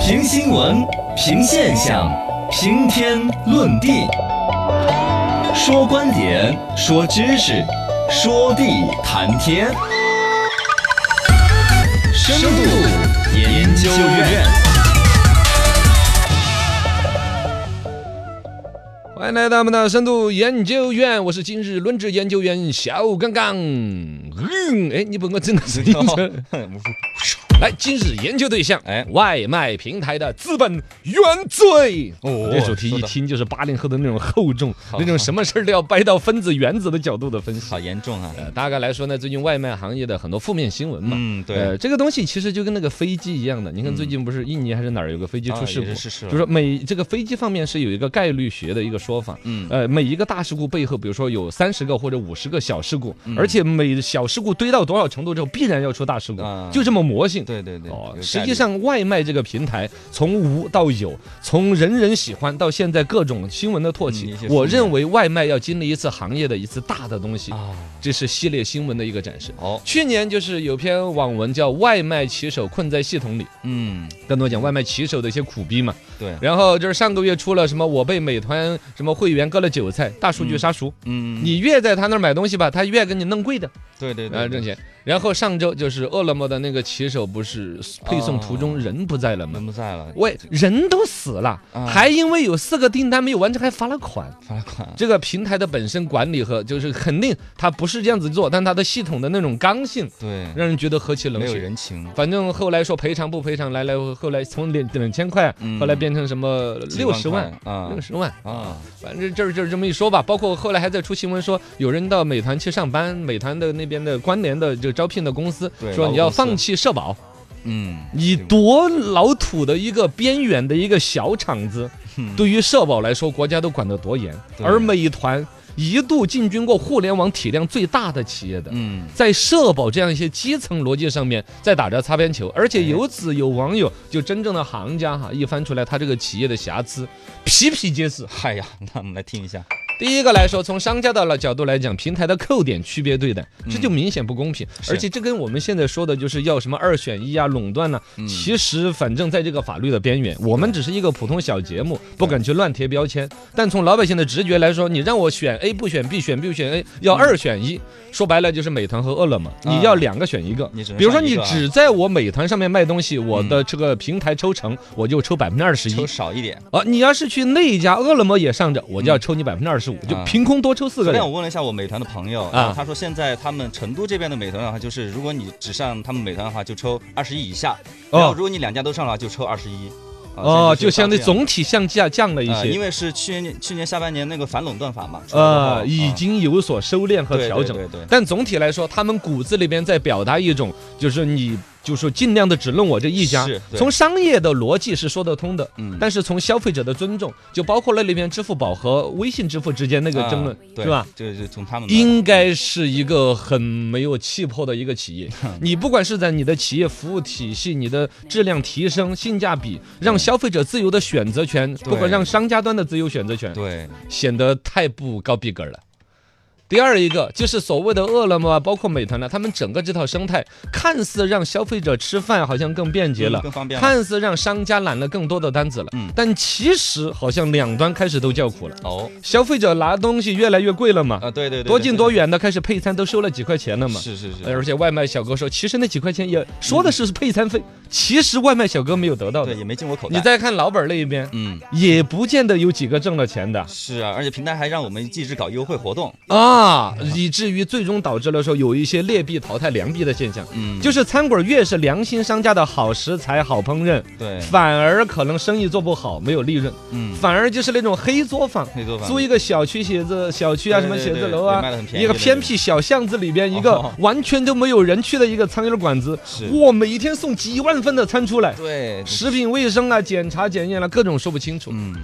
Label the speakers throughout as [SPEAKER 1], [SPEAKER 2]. [SPEAKER 1] 评新闻，评现象，评天论地，说观点，说知识，说地谈天。深度研究院，
[SPEAKER 2] 欢迎来到我们的深度研究院，我是今日轮值研究员小刚刚。嗯，哎，你把我整个声音这 来，今日研究对象，
[SPEAKER 1] 哎
[SPEAKER 2] 哎，外卖平台的资本原罪。
[SPEAKER 1] 哦
[SPEAKER 2] 哦，这主题
[SPEAKER 1] 说
[SPEAKER 2] 一
[SPEAKER 1] 得
[SPEAKER 2] 听就是八零后的那种厚重，
[SPEAKER 1] 好
[SPEAKER 2] 那种什么事儿都要掰到分子原子的角度的分析
[SPEAKER 1] 好。严重啊！
[SPEAKER 2] 呃，大概来说呢，最近外卖行业的很多负面新闻嘛，
[SPEAKER 1] 嗯，对嗯
[SPEAKER 2] 呃，，这个东西其实就跟那个飞机一样的，你看最近不是印尼还是哪儿有个飞机
[SPEAKER 1] 啊
[SPEAKER 2] 出事
[SPEAKER 1] 也
[SPEAKER 2] 故，
[SPEAKER 1] 是失事了
[SPEAKER 2] 就是说每这个飞机方面是有一个概率学的一个说法，
[SPEAKER 1] 嗯
[SPEAKER 2] 呃，每一个大事故背后，比如说有三十个或者五十个小事故，
[SPEAKER 1] 嗯
[SPEAKER 2] 而且每小事故堆到多少程度之后，必然要出大事故
[SPEAKER 1] 啊，
[SPEAKER 2] 就这么魔性。
[SPEAKER 1] 对对对
[SPEAKER 2] 哦，，
[SPEAKER 1] 有
[SPEAKER 2] 实
[SPEAKER 1] 概
[SPEAKER 2] 际
[SPEAKER 1] 率
[SPEAKER 2] 上外卖这个平台从无到有，从人人喜欢到现在各种新闻的
[SPEAKER 1] 嗯
[SPEAKER 2] 唾
[SPEAKER 1] 一
[SPEAKER 2] 弃
[SPEAKER 1] 些，负
[SPEAKER 2] 我
[SPEAKER 1] 面
[SPEAKER 2] 认为外卖要经历一次行业的一次大的东西，
[SPEAKER 1] 啊，
[SPEAKER 2] 这是系列新闻的一个展示。
[SPEAKER 1] 哦，
[SPEAKER 2] 去年就是有篇网文叫《外卖骑手困在系统里》，
[SPEAKER 1] 嗯，
[SPEAKER 2] 更多讲外卖骑手的一些苦逼嘛。
[SPEAKER 1] 对，
[SPEAKER 2] 然后就是上个月出了什么我被美团什么会员割了韭菜，大数据杀熟，
[SPEAKER 1] 嗯，
[SPEAKER 2] 你越在他那儿买东西吧，他越给你弄贵的，
[SPEAKER 1] 对对
[SPEAKER 2] 然后
[SPEAKER 1] 对，
[SPEAKER 2] 挣钱。然后上周就是饿了么的那个骑手不是配送途中人不在了吗？
[SPEAKER 1] 人不在了，
[SPEAKER 2] 喂，人都死了
[SPEAKER 1] 嗯啊，
[SPEAKER 2] 还因为有四个订单没有完成还罚了款。
[SPEAKER 1] 罚款，
[SPEAKER 2] 这个平台的本身管理和就是肯定它不是这样子做，但它的系统的那种刚性
[SPEAKER 1] 对，
[SPEAKER 2] 让人觉得何其冷
[SPEAKER 1] 没有
[SPEAKER 2] 血。
[SPEAKER 1] 人情，
[SPEAKER 2] 反正后来说赔偿不赔偿，来来后来从两两千块
[SPEAKER 1] 嗯，
[SPEAKER 2] 后来变成什么
[SPEAKER 1] 几
[SPEAKER 2] 六十
[SPEAKER 1] 块
[SPEAKER 2] 万，
[SPEAKER 1] 啊
[SPEAKER 2] 六十万。
[SPEAKER 1] 啊，
[SPEAKER 2] 反正就是就是这么一说吧，包括后来还在出新闻说，有人到美团去上班，美团的那边的关联的这个招聘的公司
[SPEAKER 1] 对
[SPEAKER 2] 说
[SPEAKER 1] 劳
[SPEAKER 2] 你要
[SPEAKER 1] 公司
[SPEAKER 2] 放弃社保，
[SPEAKER 1] 嗯，
[SPEAKER 2] 你
[SPEAKER 1] 对
[SPEAKER 2] 多老土的一个边远的一个小厂子，
[SPEAKER 1] 嗯
[SPEAKER 2] 对于社保来说，国家都管得多严，
[SPEAKER 1] 对
[SPEAKER 2] 而美团一度进军过互联网体量最大的企业的，
[SPEAKER 1] 嗯，
[SPEAKER 2] 在社保这样一些基层逻辑上面在打着擦边球，而且由此有网友就真正的行家哈一翻出来他这个企业的瑕疵，皮皮皆是。
[SPEAKER 1] 嗨哎呀，那我们来听一下，
[SPEAKER 2] 第一个来说，从商家的角度来讲，平台的扣点区别对待，这就明显不公平，
[SPEAKER 1] 嗯是嗯
[SPEAKER 2] 而且这跟我们现在说的就是要什么二选一啊、垄断呐、其实反正在这个法律的边缘，我们只是一个普通小节目，不敢去乱贴标签。但从老百姓的直觉来说，你让我选 A 不选 B，选 B 不选 A，要二选一，说白了就是美团和饿了么，
[SPEAKER 1] 嗯啊
[SPEAKER 2] 你要两个选一个
[SPEAKER 1] 你只能。
[SPEAKER 2] 比如说
[SPEAKER 1] 上一
[SPEAKER 2] 你
[SPEAKER 1] 个啊嗯
[SPEAKER 2] 只在我美团上面卖东西，我的这个平台抽成我就抽百分之二十一
[SPEAKER 1] 抽，少一点。
[SPEAKER 2] 啊，你要是去那一家饿了么也上着，我就
[SPEAKER 1] 嗯
[SPEAKER 2] 要抽你百分之二十五，
[SPEAKER 1] 啊
[SPEAKER 2] 就凭空多抽四
[SPEAKER 1] 昨
[SPEAKER 2] 个
[SPEAKER 1] 天我
[SPEAKER 2] 人。
[SPEAKER 1] 问了一下我美团的朋友，
[SPEAKER 2] 啊
[SPEAKER 1] 啊、他说现在他们成都这边的美团的话，就是如果你只上他们美团的话，就抽二十一以下；
[SPEAKER 2] 哦
[SPEAKER 1] 然后如果你两家都上的话，就抽二十一。啊
[SPEAKER 2] 哦，
[SPEAKER 1] 现在
[SPEAKER 2] 就相对
[SPEAKER 1] 是这样
[SPEAKER 2] 总体向价降了一
[SPEAKER 1] 啊因
[SPEAKER 2] 些，
[SPEAKER 1] 为是去年去年下半年那个反垄断法嘛，出来之后
[SPEAKER 2] 呃，已经有所收敛和调整
[SPEAKER 1] 对。对对对
[SPEAKER 2] 但总体来说，他们骨子里边在表达一种，就是你，就是说尽量的只弄我这一家
[SPEAKER 1] 是。对
[SPEAKER 2] 从商业的逻辑是说得通的，
[SPEAKER 1] 嗯
[SPEAKER 2] 但是从消费者的尊重，就包括了里边支付宝和微信支付之间那个争论
[SPEAKER 1] 啊，对
[SPEAKER 2] 是吧？？
[SPEAKER 1] 就是从他们那儿
[SPEAKER 2] 应该是一个很没有气魄的一个 企业。你不管是在你的企业服务体系、你的质量提升、性价比，让消费者自由的选择权，不管让商家端的自由选择权，
[SPEAKER 1] 对
[SPEAKER 2] 显得太不高逼格了。第二一个就是所谓的饿了么啊，包括美团了，他们整个这套生态看似让消费者吃饭好像更便捷了
[SPEAKER 1] 嗯更方，便了
[SPEAKER 2] 看似让商家揽了更多的单子了
[SPEAKER 1] 嗯，
[SPEAKER 2] 但其实好像两端开始都叫苦了。
[SPEAKER 1] 哦
[SPEAKER 2] 消费者拿东西越来越贵了嘛，
[SPEAKER 1] 啊对对对，
[SPEAKER 2] 多近多
[SPEAKER 1] 远
[SPEAKER 2] 远的开始配餐都收了几块钱了嘛。哎
[SPEAKER 1] 是是是，
[SPEAKER 2] 而且外卖小哥说，其实那几块钱也说的是配餐费，其实外卖小哥没有得到
[SPEAKER 1] 对
[SPEAKER 2] 的。
[SPEAKER 1] 也没进我口袋。
[SPEAKER 2] 你再看老板那一边，
[SPEAKER 1] 嗯
[SPEAKER 2] 也不见得有几个挣了钱的
[SPEAKER 1] 是啊，而且平台还让我们一直搞优惠活动，
[SPEAKER 2] 啊，以至于最终导致了说有一些劣币淘汰良币的现象。
[SPEAKER 1] 嗯
[SPEAKER 2] 就是餐馆越是良心商家的好食材、好烹饪，
[SPEAKER 1] 对，
[SPEAKER 2] 反而可能生意做不好，没有利润，
[SPEAKER 1] 嗯，
[SPEAKER 2] 反而就是那种黑作坊。
[SPEAKER 1] 可以做饭
[SPEAKER 2] 租一个小区写字小区啊，
[SPEAKER 1] 对
[SPEAKER 2] 什么
[SPEAKER 1] 对
[SPEAKER 2] 写字
[SPEAKER 1] 对
[SPEAKER 2] 楼
[SPEAKER 1] 也
[SPEAKER 2] 啊
[SPEAKER 1] 卖得很，便宜
[SPEAKER 2] 一个
[SPEAKER 1] 的那
[SPEAKER 2] 偏
[SPEAKER 1] 种
[SPEAKER 2] 僻小巷子里边，一个
[SPEAKER 1] 哦
[SPEAKER 2] 完全都没有人去的一个苍蝇馆子
[SPEAKER 1] 是，
[SPEAKER 2] 哇，每天送几万份的餐出来，
[SPEAKER 1] 对
[SPEAKER 2] 啊食品卫生啊，检查检验了、各种说不清楚。
[SPEAKER 1] 嗯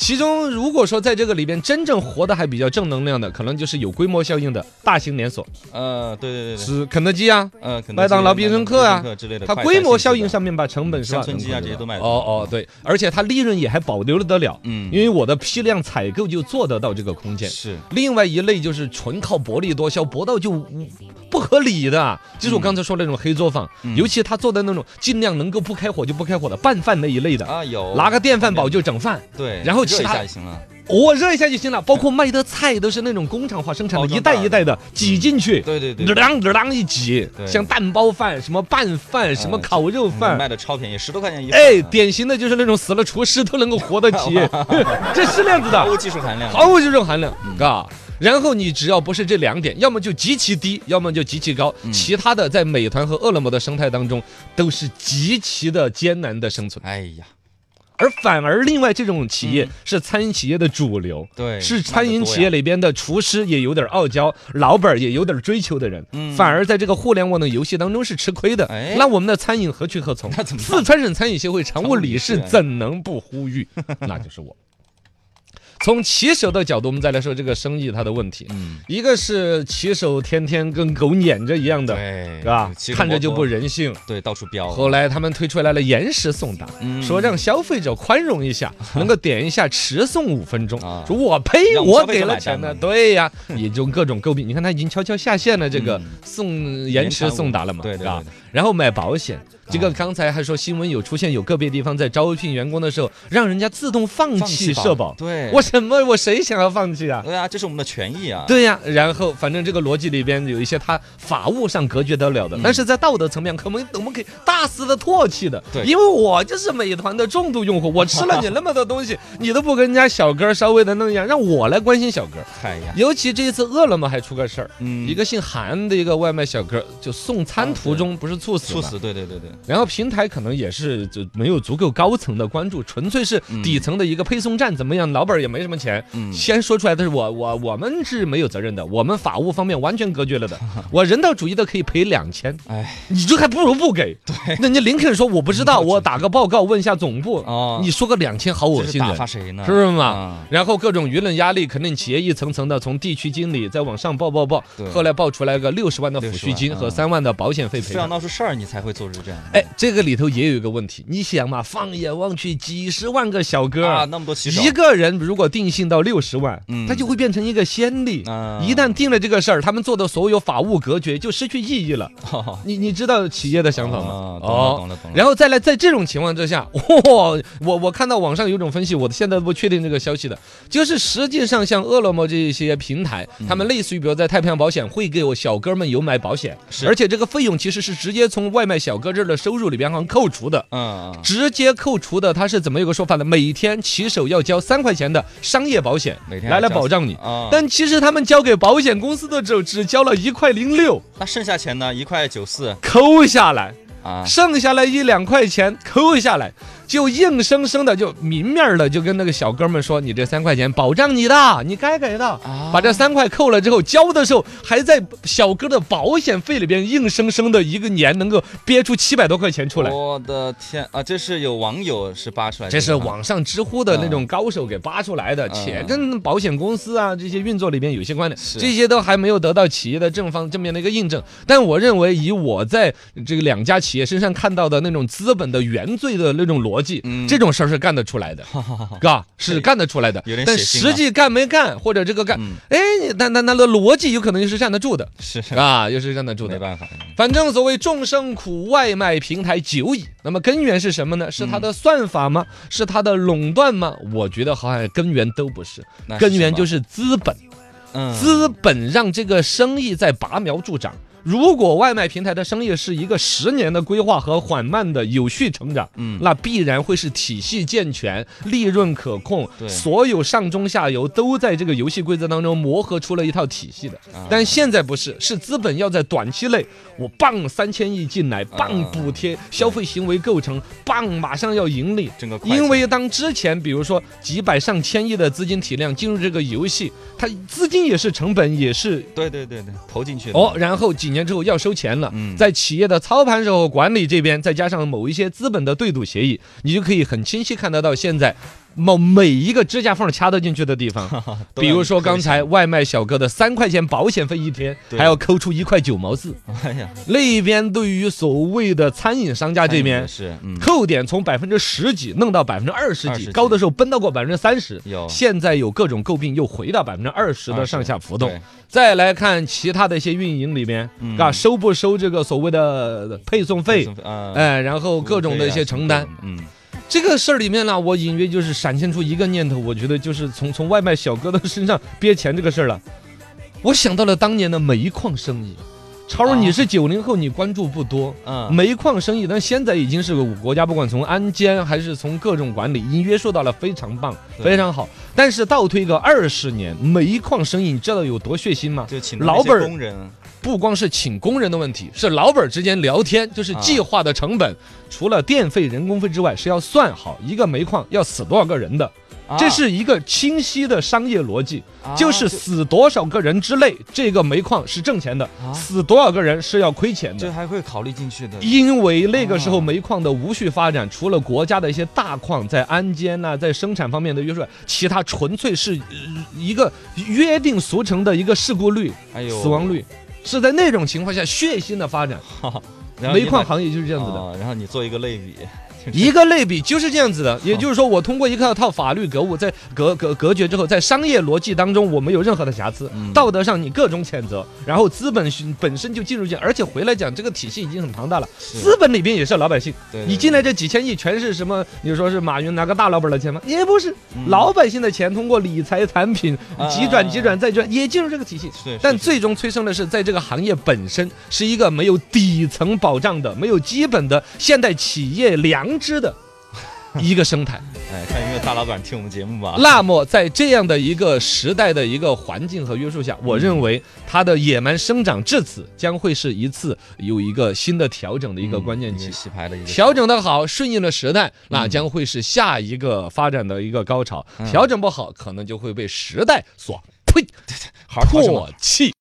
[SPEAKER 2] 其中如果说在这个里边真正活得还比较正能量的，可能就是有规模效应的大型连锁，
[SPEAKER 1] 呃，对对对对，
[SPEAKER 2] 是肯德基啊，
[SPEAKER 1] 呃，可能
[SPEAKER 2] 麦当劳必胜客啊
[SPEAKER 1] 必胜之类的，
[SPEAKER 2] 它
[SPEAKER 1] 快
[SPEAKER 2] 规
[SPEAKER 1] 餐性
[SPEAKER 2] 模
[SPEAKER 1] 质
[SPEAKER 2] 效
[SPEAKER 1] 的
[SPEAKER 2] 应上面把成本是吧？
[SPEAKER 1] 乡村鸡啊
[SPEAKER 2] 能控制
[SPEAKER 1] 这些都
[SPEAKER 2] 到
[SPEAKER 1] 卖得
[SPEAKER 2] 哦哦，对，而且它利润也还保留得了，
[SPEAKER 1] 嗯
[SPEAKER 2] 因为我的批量采购就做得到这个空间。
[SPEAKER 1] 是
[SPEAKER 2] 另外一类就是纯靠薄利多销，薄到就无不合理的，就是我刚才说的那种黑作坊，
[SPEAKER 1] 嗯
[SPEAKER 2] 尤其他做的那种尽量能够不开火就不开火的拌饭那一类的，
[SPEAKER 1] 啊，有
[SPEAKER 2] 拿个电饭煲就整饭，
[SPEAKER 1] 对，
[SPEAKER 2] 然后
[SPEAKER 1] 热
[SPEAKER 2] 其
[SPEAKER 1] 一
[SPEAKER 2] 他
[SPEAKER 1] 下就行了，
[SPEAKER 2] 我热一下就行了。包括卖的菜都是那种工厂化生产的，
[SPEAKER 1] 包装嗯
[SPEAKER 2] 一袋一袋的挤进去，
[SPEAKER 1] 对对对，
[SPEAKER 2] 嘚当嘚当一挤，
[SPEAKER 1] 对哦
[SPEAKER 2] 像蛋包饭、什么拌饭、什么烤肉
[SPEAKER 1] 嗯
[SPEAKER 2] 饭。
[SPEAKER 1] 卖的超便宜，十多块钱一份
[SPEAKER 2] 哎，
[SPEAKER 1] 啊
[SPEAKER 2] 典型的就是那种死了厨师都能够活得 起，这是那样子的。
[SPEAKER 1] 啊高技术含量，
[SPEAKER 2] 毫无这种含量，嘎、然后你只要不是这两点，要么就极其低，要么就极其高，其他的在美团和饿了么的生态当中都是极其的艰难的生存。
[SPEAKER 1] 哎呀，
[SPEAKER 2] 而反而另外这种企业是餐饮企业的主流，
[SPEAKER 1] 对
[SPEAKER 2] 是餐饮企业里边的厨师也有点傲娇，老板儿也有点追求的人，反而在这个互联网的游戏当中是吃亏的。
[SPEAKER 1] 嗯哎
[SPEAKER 2] 那我们的餐饮何去何从？
[SPEAKER 1] 那怎么办
[SPEAKER 2] 四川省餐饮协会常务理
[SPEAKER 1] 常
[SPEAKER 2] 事
[SPEAKER 1] 务理事
[SPEAKER 2] 怎能不呼吁？那就是我。从骑手的角度，我们再来说这个生意它的问题。
[SPEAKER 1] 嗯，
[SPEAKER 2] 一个是骑手天天跟狗撵着一样的，
[SPEAKER 1] 对，
[SPEAKER 2] 是吧
[SPEAKER 1] 骑？
[SPEAKER 2] 看着就不
[SPEAKER 1] 摩托
[SPEAKER 2] 人性。
[SPEAKER 1] 对，到处飙，
[SPEAKER 2] 后来他们推出来了延时送达，
[SPEAKER 1] 嗯
[SPEAKER 2] 说让消费者宽容 一下，能够点一下迟送五分钟
[SPEAKER 1] 啊。
[SPEAKER 2] 说我呸，
[SPEAKER 1] 让
[SPEAKER 2] 我
[SPEAKER 1] 消费者
[SPEAKER 2] 给了
[SPEAKER 1] 买
[SPEAKER 2] 钱
[SPEAKER 1] 单
[SPEAKER 2] 呢。
[SPEAKER 1] 嘛
[SPEAKER 2] 对 呀，也就各种诟病。你看他已经悄悄下线了这个
[SPEAKER 1] 嗯
[SPEAKER 2] 送延迟送达了嘛，
[SPEAKER 1] 对对
[SPEAKER 2] 是吧
[SPEAKER 1] 对对
[SPEAKER 2] 然后买保险，
[SPEAKER 1] 啊
[SPEAKER 2] 这个刚才还说新闻有出现有个别地方在招聘员工的时候，让人家自动放
[SPEAKER 1] 放
[SPEAKER 2] 弃
[SPEAKER 1] 弃
[SPEAKER 2] 社保。
[SPEAKER 1] 对，
[SPEAKER 2] 我什么？我谁想要放弃啊？
[SPEAKER 1] 对啊，这是我们的权益啊，
[SPEAKER 2] 对呀、然后反正这个逻辑里边有一些他法务上隔绝得了的，
[SPEAKER 1] 嗯
[SPEAKER 2] 但是在道德层面，可能我们可以大肆的唾弃的。
[SPEAKER 1] 对
[SPEAKER 2] 因为我就是美团的重度用户，我吃了你那么多东西，你都不跟人家小哥稍微的弄一样，让我来关心小哥。
[SPEAKER 1] 哎呀，
[SPEAKER 2] 尤其这一次饿了么还出个事儿，
[SPEAKER 1] 嗯
[SPEAKER 2] 一个姓韩的一个外卖小哥就送餐途中不是猝死
[SPEAKER 1] 猝
[SPEAKER 2] 吗？
[SPEAKER 1] 死，对对对对，
[SPEAKER 2] 然后平台可能也是就没有足够高层的关注，纯粹是底层的一个配送站怎么样，老板儿也没什么钱。
[SPEAKER 1] 嗯
[SPEAKER 2] 先说出来的是我我我们是没有责任的，我们法务方面完全隔 绝了的。我人道主义的可以赔两千，
[SPEAKER 1] 哎，
[SPEAKER 2] 你这还不如不给。对，那你林肯说我不知 道，我打个报告问一下总部。
[SPEAKER 1] 哦
[SPEAKER 2] 你说个两千好恶
[SPEAKER 1] 这是
[SPEAKER 2] 心
[SPEAKER 1] 打
[SPEAKER 2] 人
[SPEAKER 1] 发。谁呢？
[SPEAKER 2] 是不是嘛
[SPEAKER 1] 啊？
[SPEAKER 2] 然后各种舆论压力，肯定企业一层层的从地区经理再往上报报报
[SPEAKER 1] 对，
[SPEAKER 2] 后来报出来个六十万的抚恤金
[SPEAKER 1] 60万
[SPEAKER 2] 和
[SPEAKER 1] 嗯
[SPEAKER 2] 三万的保险费赔
[SPEAKER 1] 非
[SPEAKER 2] 偿
[SPEAKER 1] 要。闹出事儿你才会做出这啊样的，
[SPEAKER 2] 哎，这个里头也有一个问题，你想嘛，放眼望去，几十万个小哥
[SPEAKER 1] 啊，
[SPEAKER 2] 儿，
[SPEAKER 1] 那么多骑手
[SPEAKER 2] 一，个人如果定性到六十万，
[SPEAKER 1] 嗯
[SPEAKER 2] 他就会变成一个先例。
[SPEAKER 1] 啊
[SPEAKER 2] 一旦定了这个事儿，他们做的所有法务隔绝就失去意义了。
[SPEAKER 1] 哦
[SPEAKER 2] 你你知道企业的想法吗
[SPEAKER 1] 哦？懂了懂了懂了
[SPEAKER 2] 然后再来，在这种情况之下， 哇，我我看到网上有种分析，我现在不确定这个消息的，就是实际上像饿了么这些平台，
[SPEAKER 1] 嗯
[SPEAKER 2] 他们类似于比如在太平洋保险会给我小哥们有买保险，
[SPEAKER 1] 是
[SPEAKER 2] 而且这个费用其实是直接从外卖小哥这儿的收入里边好像扣除的。
[SPEAKER 1] 嗯，嗯
[SPEAKER 2] 直接扣除的，它是怎么有个说法呢？每天骑手要交三块钱的商业保险，
[SPEAKER 1] 每天
[SPEAKER 2] 来来
[SPEAKER 1] 要交
[SPEAKER 2] 保障你。
[SPEAKER 1] 啊，
[SPEAKER 2] 但其实他们交给保险公司的时候，只交了一块零六，
[SPEAKER 1] 那剩下钱呢？一块九四
[SPEAKER 2] 抠下来，
[SPEAKER 1] 啊，
[SPEAKER 2] 剩下来一两块钱抠下来，就硬生生的就明面的就跟那个小哥们说：“你这三块钱保障你的，你该给的。”把这三块扣了之后，交的时候还在小哥的保险费里边硬生生的一个年能够憋出七百多块钱出来。
[SPEAKER 1] 我的天啊！这是有网友是扒出来的
[SPEAKER 2] 这
[SPEAKER 1] 吗，
[SPEAKER 2] 是网上知乎的
[SPEAKER 1] 啊
[SPEAKER 2] 那种高手给扒出来的，
[SPEAKER 1] 嗯
[SPEAKER 2] 且跟保险公司啊这些运作里边有些关联，
[SPEAKER 1] 是
[SPEAKER 2] 这些都还没有得到企业的正方正面的一个印证。但我认为，以我在这个两家企业身上看到的那种资本的原罪的那种逻辑，
[SPEAKER 1] 嗯
[SPEAKER 2] 这种事儿是干得出来 的，嘎，是干得出来的
[SPEAKER 1] 有。点
[SPEAKER 2] 但
[SPEAKER 1] 血腥啊
[SPEAKER 2] 实际干没干，或者这个干
[SPEAKER 1] 嗯，
[SPEAKER 2] 哎，那那那的逻辑有可能就是站得住的，
[SPEAKER 1] 是
[SPEAKER 2] 啊，又是站得住的
[SPEAKER 1] 没。办法，嗯
[SPEAKER 2] 反正所谓众生苦，外卖平台久矣。那么根源是什么呢？是它的算法
[SPEAKER 1] 嗯
[SPEAKER 2] 吗？是它的垄断吗？我觉得好像根源都不是，
[SPEAKER 1] 那
[SPEAKER 2] 根源就是是资本，
[SPEAKER 1] 什哎么嗯
[SPEAKER 2] 资本让这个生意在拔苗助长。如果外卖平台的生意是一个十年的规划和缓慢的有序成长，
[SPEAKER 1] 嗯
[SPEAKER 2] 那必然会是体系健全、利润可控，
[SPEAKER 1] 对
[SPEAKER 2] 所有上中下游都在这个游戏规则当中磨合出了一套体系的。
[SPEAKER 1] 啊
[SPEAKER 2] 但现在不是，是资本要在短期内，我棒三千亿进来，棒
[SPEAKER 1] 啊
[SPEAKER 2] 补贴消费行为构成，棒马上要盈利。
[SPEAKER 1] 整个快
[SPEAKER 2] 因为当之前比如说几百上千亿的资金体量进入这个游戏，它资金也是成本，也是
[SPEAKER 1] 对对对对投进去的
[SPEAKER 2] 哦，然后几年之后要收钱了，
[SPEAKER 1] 嗯，
[SPEAKER 2] 在企业的操盘手和管理这边，再加上某一些资本的对赌协议，你就可以很清晰看得到，现在某每一个指甲缝掐得进去的地方
[SPEAKER 1] 都
[SPEAKER 2] 比
[SPEAKER 1] 要
[SPEAKER 2] 如说
[SPEAKER 1] 抠一
[SPEAKER 2] 刚
[SPEAKER 1] 下
[SPEAKER 2] 才外卖小哥的三块钱保险费一天，
[SPEAKER 1] 对
[SPEAKER 2] 还要抠出一块九毛四。
[SPEAKER 1] 哎呀，
[SPEAKER 2] 那一边对于所谓的餐饮商家这
[SPEAKER 1] 看你也
[SPEAKER 2] 边，
[SPEAKER 1] 是，嗯，
[SPEAKER 2] 扣点从百分之十几弄到百分之二十
[SPEAKER 1] 20
[SPEAKER 2] 几，
[SPEAKER 1] 几
[SPEAKER 2] 高的时候奔到过百分之三十
[SPEAKER 1] 有，
[SPEAKER 2] 现在有各种诟病，又回到百分之二十的上下浮动
[SPEAKER 1] 对。
[SPEAKER 2] 再来看其他的一些运营里边，啊，收不收这个所谓的配送费？
[SPEAKER 1] 啊，
[SPEAKER 2] 哎，然后
[SPEAKER 1] 服务
[SPEAKER 2] 各种
[SPEAKER 1] 费
[SPEAKER 2] 的一
[SPEAKER 1] 啊
[SPEAKER 2] 些
[SPEAKER 1] 什么
[SPEAKER 2] 承
[SPEAKER 1] 各
[SPEAKER 2] 担，
[SPEAKER 1] 种，嗯，
[SPEAKER 2] 这个事儿里面呢，我隐约就是闪现出一个念头，我觉得就是从从外卖小哥的身上憋钱这个事儿了，我想到了当年的煤矿生意。超儿，
[SPEAKER 1] 啊
[SPEAKER 2] 你是九零后，你关注不多。
[SPEAKER 1] 嗯，
[SPEAKER 2] 煤矿生意，但现在已经是国家不管从安监还是从各种管理，已经约束到了非常棒，
[SPEAKER 1] 对
[SPEAKER 2] 非常好。但是倒推个二十年，煤矿生意你知道有多血腥吗？
[SPEAKER 1] 就请
[SPEAKER 2] 老
[SPEAKER 1] 本
[SPEAKER 2] 本儿
[SPEAKER 1] 工人，
[SPEAKER 2] 不光是请工人的问题，是老板儿之间聊天，就是计划的成本，啊除了电费、人工费之外，是要算好一个煤矿要死多少个人的，啊这是一个清晰的商业逻辑，
[SPEAKER 1] 啊
[SPEAKER 2] 就是死多少个人之内，这个煤矿是挣钱的，
[SPEAKER 1] 啊
[SPEAKER 2] 死多少个人是要亏钱
[SPEAKER 1] 这
[SPEAKER 2] 的。
[SPEAKER 1] 还会考虑进去的，
[SPEAKER 2] 因为那个时候
[SPEAKER 1] 啊
[SPEAKER 2] 煤矿的无序发展，除了国家的一些大矿在安监呐、在生产方面的约束，其他纯粹是呃一个约定俗成的一个事故率。
[SPEAKER 1] 哎呦，
[SPEAKER 2] 死亡率，是在那种情况下血腥的发展。
[SPEAKER 1] 然后
[SPEAKER 2] 煤
[SPEAKER 1] 你
[SPEAKER 2] 矿
[SPEAKER 1] 把
[SPEAKER 2] 行业就是这样子的，
[SPEAKER 1] 哦然后你做一个类比，
[SPEAKER 2] 一个类比就是这样子的。也就
[SPEAKER 1] 哦
[SPEAKER 2] 是说，我通过一个套法律格物，在隔隔隔绝之后，在商业逻辑当中，我没有任何的瑕疵
[SPEAKER 1] 嗯，
[SPEAKER 2] 道德上你各种谴责，然后资本是本身就进入进，而且回来讲，这个体系已经很庞大了，
[SPEAKER 1] 是
[SPEAKER 2] 资本里边也是老百姓。
[SPEAKER 1] 对
[SPEAKER 2] 你进来这几千亿全是什么？你说是马云拿个大老板的钱吗？也不是，
[SPEAKER 1] 嗯
[SPEAKER 2] 老百姓的钱通过理财产品
[SPEAKER 1] 啊
[SPEAKER 2] 急转急转再转，也进入这个体系。
[SPEAKER 1] 是，
[SPEAKER 2] 但
[SPEAKER 1] 是
[SPEAKER 2] 最终催生的是，在这个行业本身是一个没有底层保障的、没有基本的现代企业良知的一个 生态。
[SPEAKER 1] 哎，看有没有大老板听我们节目吧。
[SPEAKER 2] 那么，在这样的一个时代的一个环境和约束下，我认为它的野蛮生长至此将会是一次有一个新的调整的一个关键
[SPEAKER 1] 嗯一
[SPEAKER 2] 期
[SPEAKER 1] 个。洗牌的一个
[SPEAKER 2] 调整的好，顺应了时代，那将会是下一个发展的一个
[SPEAKER 1] 嗯
[SPEAKER 2] 高潮；调整不好，可能就会被时代所呸
[SPEAKER 1] 好好什么
[SPEAKER 2] 唾弃。